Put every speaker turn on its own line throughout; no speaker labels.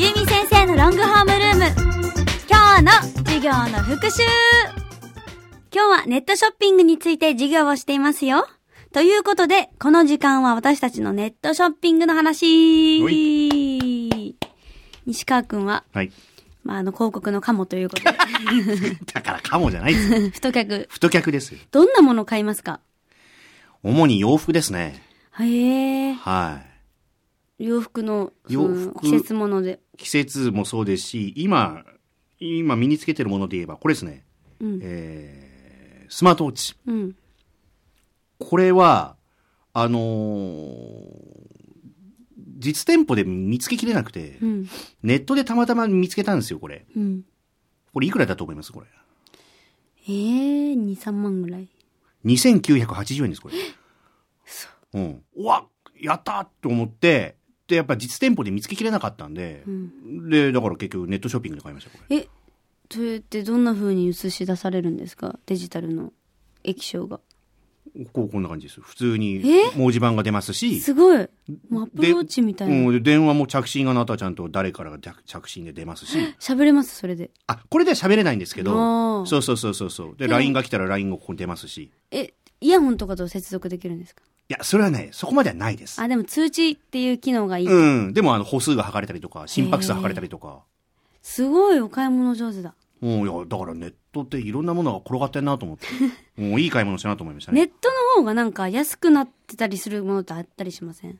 ロングホームルーム今日の授業の復習今日はネットショッピングについて授業をしていますよということでこの時間は私たちのネットショッピングの
お
話西川くんは、
はい。
まあ、あの広告のカモということで
だからカモじゃないですよ。
太客
太客ですよ。
どんなものを買いますか
主に洋服ですね。
へえ
は
洋服のそ
洋
の
服
季節もので
い。季節もそうですし、今、今身につけてるもので言えば、これですね。
うん
えー、スマートウォッチ。
うん
これは、あのー実店舗で見つけきれなくて、
うん
ネットでたまたま見つけたんですよ、これ。
うん
これいくらだと思いますこれ。
ええー、23万ぐらい
2980円です、これ。うん。うわやったーと思って、で、やっぱ実店舗で見つけきれなかったんで、で、だから結局ネットショッピングで買いました、これ。
えそれってどんな風に映し出されるんですかデジタルの液晶が
こう、こんな感じです。普通に
え
文字盤が出ますし、
すごいもうアップルウォッチみたいな
うん、で電話も着信がなったらちゃんと誰からが着着信で出ますし、
喋れますそれで
あ、これでは喋れないんですけ
あー
ど、そうそうそうそうそう。
で
で、
も
LINE が来たら LINE がここに出ますし、い
えイヤホンとかと接続できるんですか
や、それはね、そこまではないです。
あでも通知っていう機能がいい、
うん、でもあの歩数が測れたりとか、心拍数測れたりとか、
すごいお買い物上手だ、
うん、いや、だからネットっていろんなものが転がってんなと思って、 もういい買い物したなと思いました
ネ
ね。
ットの方がなんか安くなってたりするものってあったりしません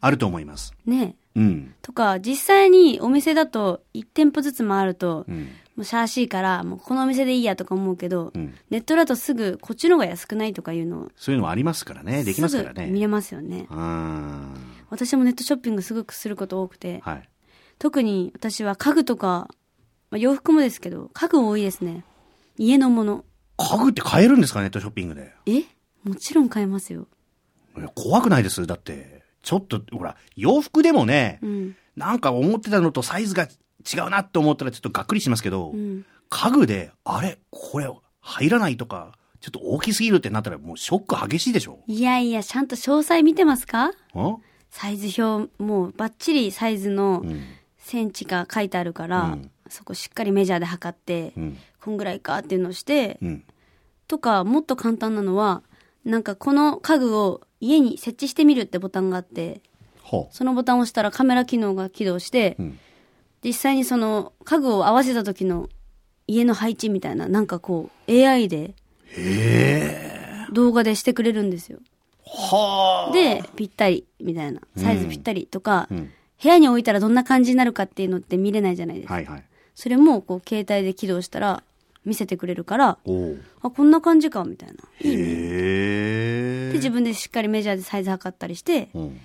あると思います。
ねえ
うん。
とか実際にお店だと1店舗ずつ回ると、
うん。
もうシャーシーからもうこのお店でいいやとか思うけど、
うん。
ネットだとすぐこっちの方が安くないとかいうのを
そういうのはありますからね。できますから
ぐ見
ね。
れますよね。
あ
私もネットショッピングすごくすること多くて、
ーはい。
特に私は家具とか、まあ、洋服もですけど、家具多いですね。家のもの。
家具って買えるんですか、ネットショッピングで。
えもちろん買えますよ。
いや怖くないですだって。ちょっと、ほら、洋服でもね、
うん。
なんか思ってたのとサイズが違うなと思ったらちょっとがっくりしますけど、
うん。
家具で、あれこれ入らないとか、ちょっと大きすぎるってなったらもうショック激しいでしょ
いやいや、ちゃんと詳細見てますか
ん
サイズ表、もうバッチリサイズの
うん。
センチが書いてあるから、
うん
そこしっかりメジャーで測って、
うん。
こんぐらいかっていうのをして、
うん。
とか、もっと簡単なのは、なんかこの家具を家に設置してみるってボタンがあって、
ほ
そのボタンを押したらカメラ機能が起動して、
う。うん。
実際にその家具を合わせた時の家の配置みたいな、なんかこう AI で動画でしてくれるんですよ。
はあ。
で、ぴったりみたいな、サイズぴったりとか、
うん。
部屋に置いたらどんな感じになるかっていうのって見れないじゃないですか。
はいはい。
それもこう携帯で起動したら見せてくれるから、
おお。
あ、こんな感じかみたいな。
へえ
で、。自分でしっかりメジャーでサイズ測ったりして、
うん。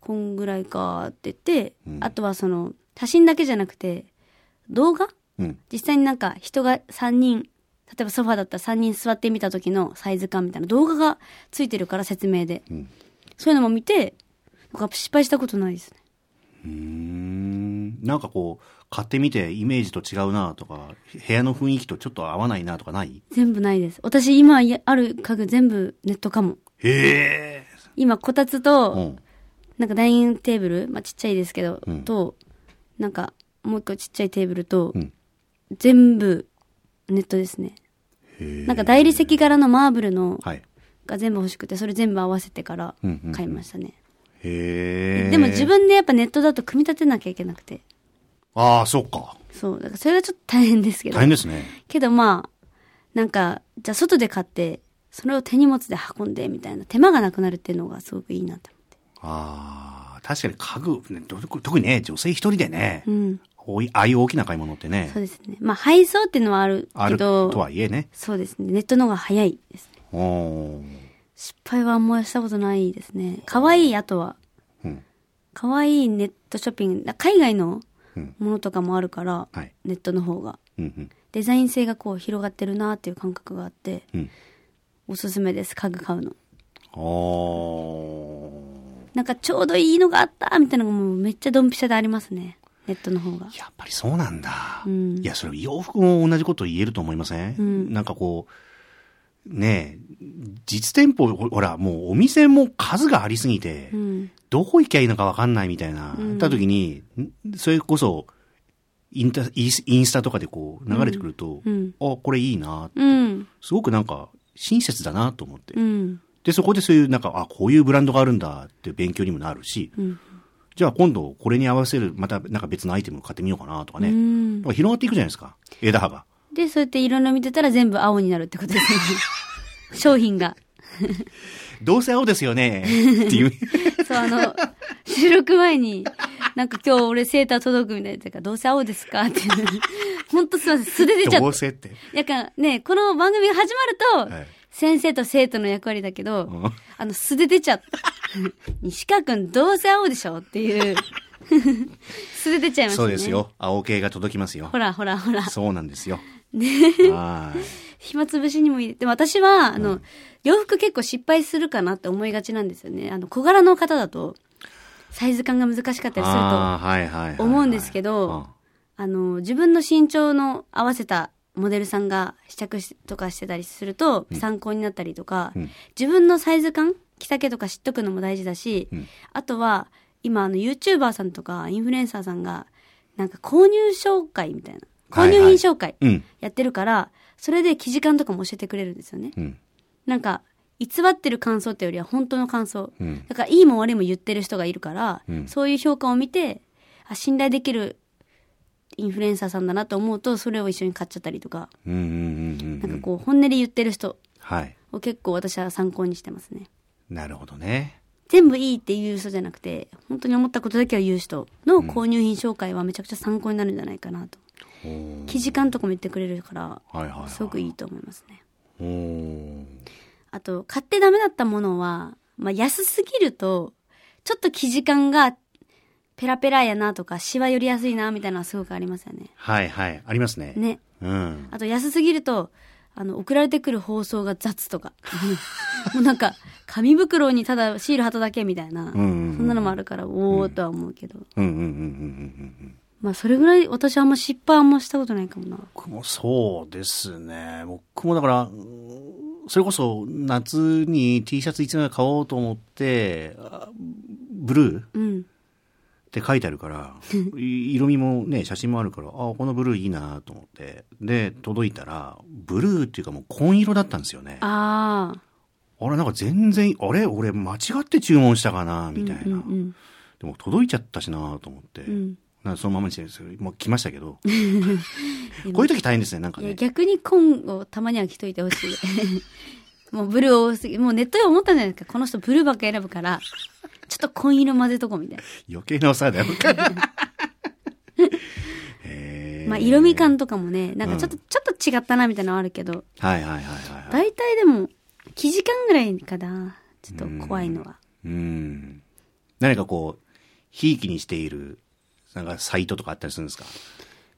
こんぐらいかって言って、
うん
あとはその、写真だけじゃなくて、動画
うん。
実際になんか人が3人、例えばソファだったら3人座ってみた時のサイズ感みたいな動画がついてるから説明で。
うん。
そういうのも見て、なんか失敗したことないですね。
うーん。なんかこう、買ってみてイメージと違うなとか、部屋の雰囲気とちょっと合わないなとかない
全部ないです。私今やある家具全部ネットかも。
へえ。
今こたつ
う
と、
ん。
なんかダイニングテーブル、まあちっちゃいですけど、
うん
と、なんかもう一個ちっちゃいテーブルと、
うん
全部ネットですね。
へえ
なんか大理石柄のマーブルの
はい。
が全部欲しくて、それ全部合わせてから
うんうんうん
買いましたね。
へえ。
でも自。分でやっぱネットだと組み立てなきゃいけなくて。
ああ、そっか。
そう。だからそれがちょっと大変ですけど
大。変ですね。
けどまあ、なんか、じゃあ外で買って、それを手荷物で運んでみたいな手間がなくなるっていうのがすごくいいなと
ああ、確かに家具、ねど特にね、女性一人でね、
思って。
おいああいう大きな買い物って
うん。
ね
そう、ですね。まあ配送っていうのはある
あ
け
る
ど、
とはいえね。
そうですね。ネットの方が早いですね。
おー
失敗はあんまりしたことないですね。可愛いあとは。
うん。
可愛いネットショッピング。だ海外の
うん。
ものとかもあるから、
はい。
ネットの方が。
うんうん。
デザイン性がこう広がってるなっていう感覚があって、
うん。
おすすめです。家具買うの。
お
なんかちょうどいいのがあったみたいなのがもうめっちゃドンピシャでありますね。ネットの方が。
やっぱりそうなんだ。
うん
いや、それ洋服も同じこと言えると思いません、
うん
なんかこう、ねえ、実店舗、ほほら、もうお店も数がありすぎて、
うん。
どこ行きゃいいのかわかんないみたいな、
うん
た時に、んそれこそ、インタインスインスタとかでこう流れてくると、
うん
あ、これいいな、
うん。
すごくなんか親切だなと思って。
うん。
で、そこでそういうなんか、あ、こういうブランドがあるんだっていう勉強にもなるし、
うん。
じゃあ今度これに合わせる、またなんか別のアイテムを買ってみようかなとか
う
ね。
ん
だから広がっていくじゃないですか、枝葉が。
で、そうやっていろいろ見てたら全部青になるってことですよ ね。商品が。
どうせ青ですよね、っていう。
そう、あ の、収録前に、なんか今日俺セーター届くみたいな言ってたから、どうせ青ですかって。 ほんとすいません、素 で出ちゃ
ど
っ
うせって。
た。やかね、この番組が始まると、
はい
先生と生徒の役割だけど、
うん
あの、素で出ちゃ った。西川くん、どうせ青でしょっていう。素で出ちゃいましたね。
そうです。よ。青系が届きますよ
ほ。らほらほら。
そうなんですよ。 はい。
暇つぶしにもいい。でも私は、あの、洋服結構失敗するかなって思いがちなんですよね。あの、小柄の方だと、サイズ感が難しかったりすると、あ
あーはいはいはいはい
思うんですけど
うん
の、自分の身長の合わせたモデルさんが試着しとかしてたりすると、参考になったりとか、
うん
自分のサイズ感、着丈とか知っとくのも大事だし、
うん
あとは、今、あの、YouTuber さんとか、インフルエンサーさんが、なんか購入紹介みたいな、購入品紹介
うん。
やってるから、それで生地感とかも教えてくれるんですよね。
うん。
なんか、偽ってる感想ってよりは本当の感想。
うん。
だから、いいも悪いも言ってる人がいるから、
うん
そういう評価を見て、あ、信頼できるインフルエンサーさんだなと思うと、それを一緒に買っちゃったりとか、
うん。うん。うんう
なん
ん。
かこう、本音で言ってる人
はい。
を結構私は参考にしてますね。
なるほどね。
全部いいっていう人じゃなくて、本当に思ったことだけを言う人の購入品紹介はめちゃくちゃ参考になるんじゃないかなと。
おー
生地感とかも言ってくれるから、
はいはいはい。
すごくいいと思いますね。
おー
あと、買ってダメだったものは、まあ、安すぎると、ちょっと生地感がペラペラやなとか、シワ寄りやすいなみたいなのはすごくありますよね。
はいはい。ありますね。
ね。
うん。
あと、安すぎると、あの、送られてくる放送が雑とか。 もうなんか、紙袋にただシール貼っただけみたいな。そ
うんうんうん
んなのもあるから、おーとは思うけど。
うんうんうんうんうんうん。
まあ、それぐらい私はあんま失敗あんましたことないかもな。
僕もそうですね。僕もだから、うーんそれこそ夏に T シャツ一枚買おうと思って、あブルーっ
うん。
て書いてあるから、 い色味もね、写真もあるから、あ、このブルーいいなと思って。で、届いたら、ブルーっていうかもう紺色だったんですよね。あ
ああ。
れ、なんか全然、あれ俺間違って注文したかなみたいな。
うん
でも届いちゃったしなと思って。
うん。うん。
なんかそのままにしてるんですけど、もう来ましたけ ど。 こういう時大変ですね、なんか
いや
ね。
逆に紺をたまには着といてほしい。 もうブルー多すぎ。もうネットで思ったんじゃないですか。この人ブルーばっか選ぶから、ちょっと紺色混ぜとこうみたいな。
余計なお世話だよ。 へー
まあ色味。感とかもね、なんかちょっと、ちょっと違ったなみたいなのはあるけど、
はいはいはいはいはい。
大体でも、生地感ぐらいかな。ちょっと怖いのは。
うん。何かこう、ひいきにしている、なんかサイトとかあったりするんですか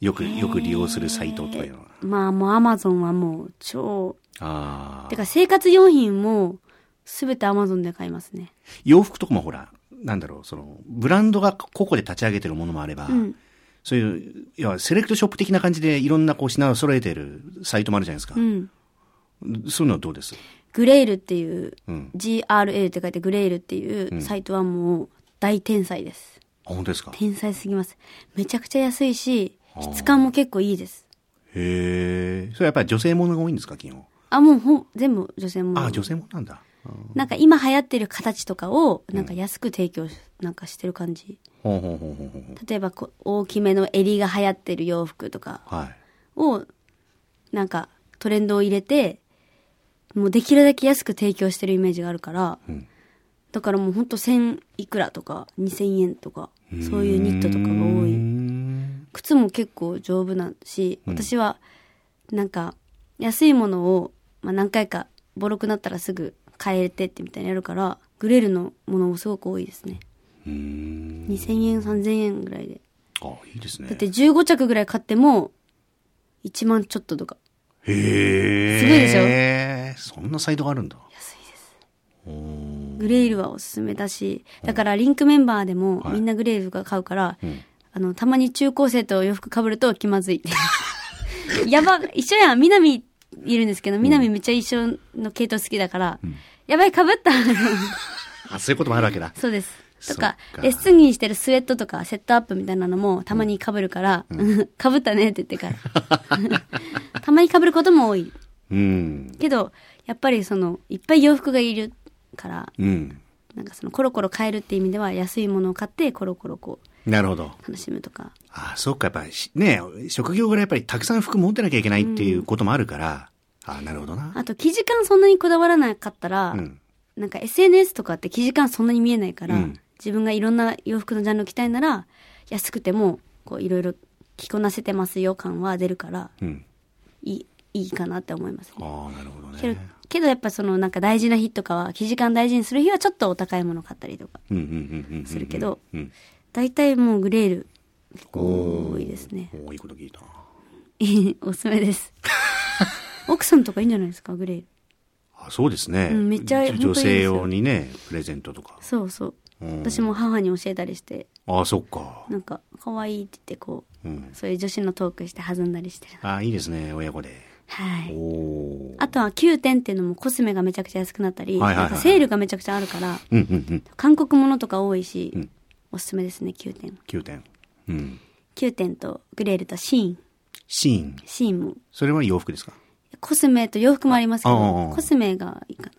よく、よく利用するサイトとかいうのは。
まあもうアマゾンはもう超、
あ
て
あ。
か生活用品も全てアマゾンで買いますね。
洋服とかもほら、なんだろう、その、ブランドが個々で立ち上げてるものもあれば、
うん。
そういう、いや、セレクトショップ的な感じでいろんなこう品を揃えてるサイトもあるじゃないですか
う。ん。
そういうのはどうです
グレールっていう、
うん。
GRL って書いてグレールっていうサイトはもう大天才です。
あ、本当ですかへ
天才すぎます。めちゃくちゃ安いし、質感も結構いいです。
え。それはやっぱり女性ものが多いんですか、基本。
あ、もうほん、全部女性も。
あ、女性ものなんだ。うん
なんか今流行ってる形とかを、なんか安く提供し、なんかしてる感じ。
ほうほうほうほうほうほ
例えばこう、大きめの襟が流行ってる洋服とか
う。はい。
を、なんかトレンドを入れて、もうできるだけ安く提供してるイメージがあるから、
ん
だからもうほんと1000いくらとか、2000円とか、そういうニットとかが多
うー
い。
ん
靴も結構丈夫なし、私はなんか安いものを、まあ、何回かボロくなったらすぐ変えてってみたいにやるからグレールのものもすごく多いですね
うーん。
2000円3000円ぐらいで
あ、いいですね
だっ。て15着ぐらい買っても1万ちょっととか
へえ。
すごいでしょ
でしょそんなサイトがあるんだ。
安いです
おー
グレールはおすすめだしだからリンクメンバーでもみんなグレールが買うから、
うん。
あのたまに中高生と洋服かぶると気まずい やば一緒やん南いるんですけど南めっちゃ一緒の系統好きだから、やばいかぶった
あ、そういうこともあるわけだ。
そうですとか
そっか
レッスン着にしてるスウェットとかセットアップみたいなのもたまに被るから、 被ったねって言ってから たまに被ることも多い
うん。
けどやっぱりそのいっぱい洋服がいるから
うん。
なんかそのコロコロ変えるって意味では安いものを買ってコロコロこう
なるほど。
楽しむとか
ああ、そっか、やっぱりし、ね、職業柄やっぱりたくさん服持ってなきゃいけないっていうこともあるから、ああ、なるほどな。
あと生地感そんなにこだわらなかったら、
うん。
なんか SNS とかって生地感そんなに見えないから、
うん
自分がいろんな洋服のジャンルを着たいなら安くてもこういろいろ着こなせてますよ感は出るから
うん。
いいいいかなって思いますね。
ああ、なるほど
けど
ね。
けどやっぱそのなんか大事な日とかは生地感大事にする日はちょっとお高いもの買ったりとか
うんうんうんうんうん。
するけど
うん。
大体もうグレール結
お
構
ー
多いですね。
おーいいこと聞いたな。
おすすめ です。奥さんとかいいんじゃないですかグレール。
あそうですね。
うんめっちゃ
女性用にね、プレゼントとか。
そうそう。
うん
私も母に教えたりして
ああ、そっか。
なんか可愛いって言ってこう
うん。
そういう女子のトークして弾んだりしてる。
ああ、いいですね、親子で。
はい。
おー
あとは9点っていうのもコスメがめちゃくちゃ安くなったり、
はいはいはい
なんかセールがめちゃくちゃあるから、
うんうんうん。
韓国ものとか多いし、
うん
おすすめですね、9点。
9点。うん。
9点とグレールとシーン。
シーン。
シーンも。
それは洋服ですか
コスメと洋服もありますけど、
ああああ
コスメがいいか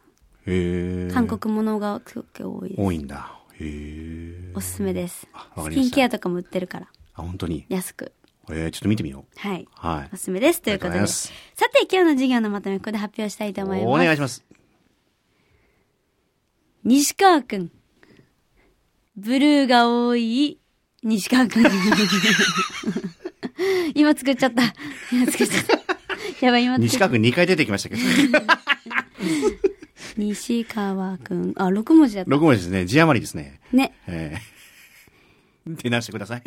へえ。
な。韓国ものが結構多いです。
多いんだ。へえ。
おすすめです
あ。わか
ス
り
キ
まし
ン
た
ケアとかも売ってるから、
あ、本当に。
安く。
えー、ちょっと見てみよう。
はい。
はい
お。すすめです。ということ
あり
で。
がとうござ
さ
います
て、今日の授業のまとめ、ここで発表したいと思います。
お願いします。
西川くん。ブルーが多い、西川くん。 今作っちゃった。今作っちゃった。やばい、今作っ
西
ちゃっ
川くん2回出てきましたけど。
た。西川くん。あ、6文字だった。
6文字ですね。字余りですね。
ね。
えー。手直してください。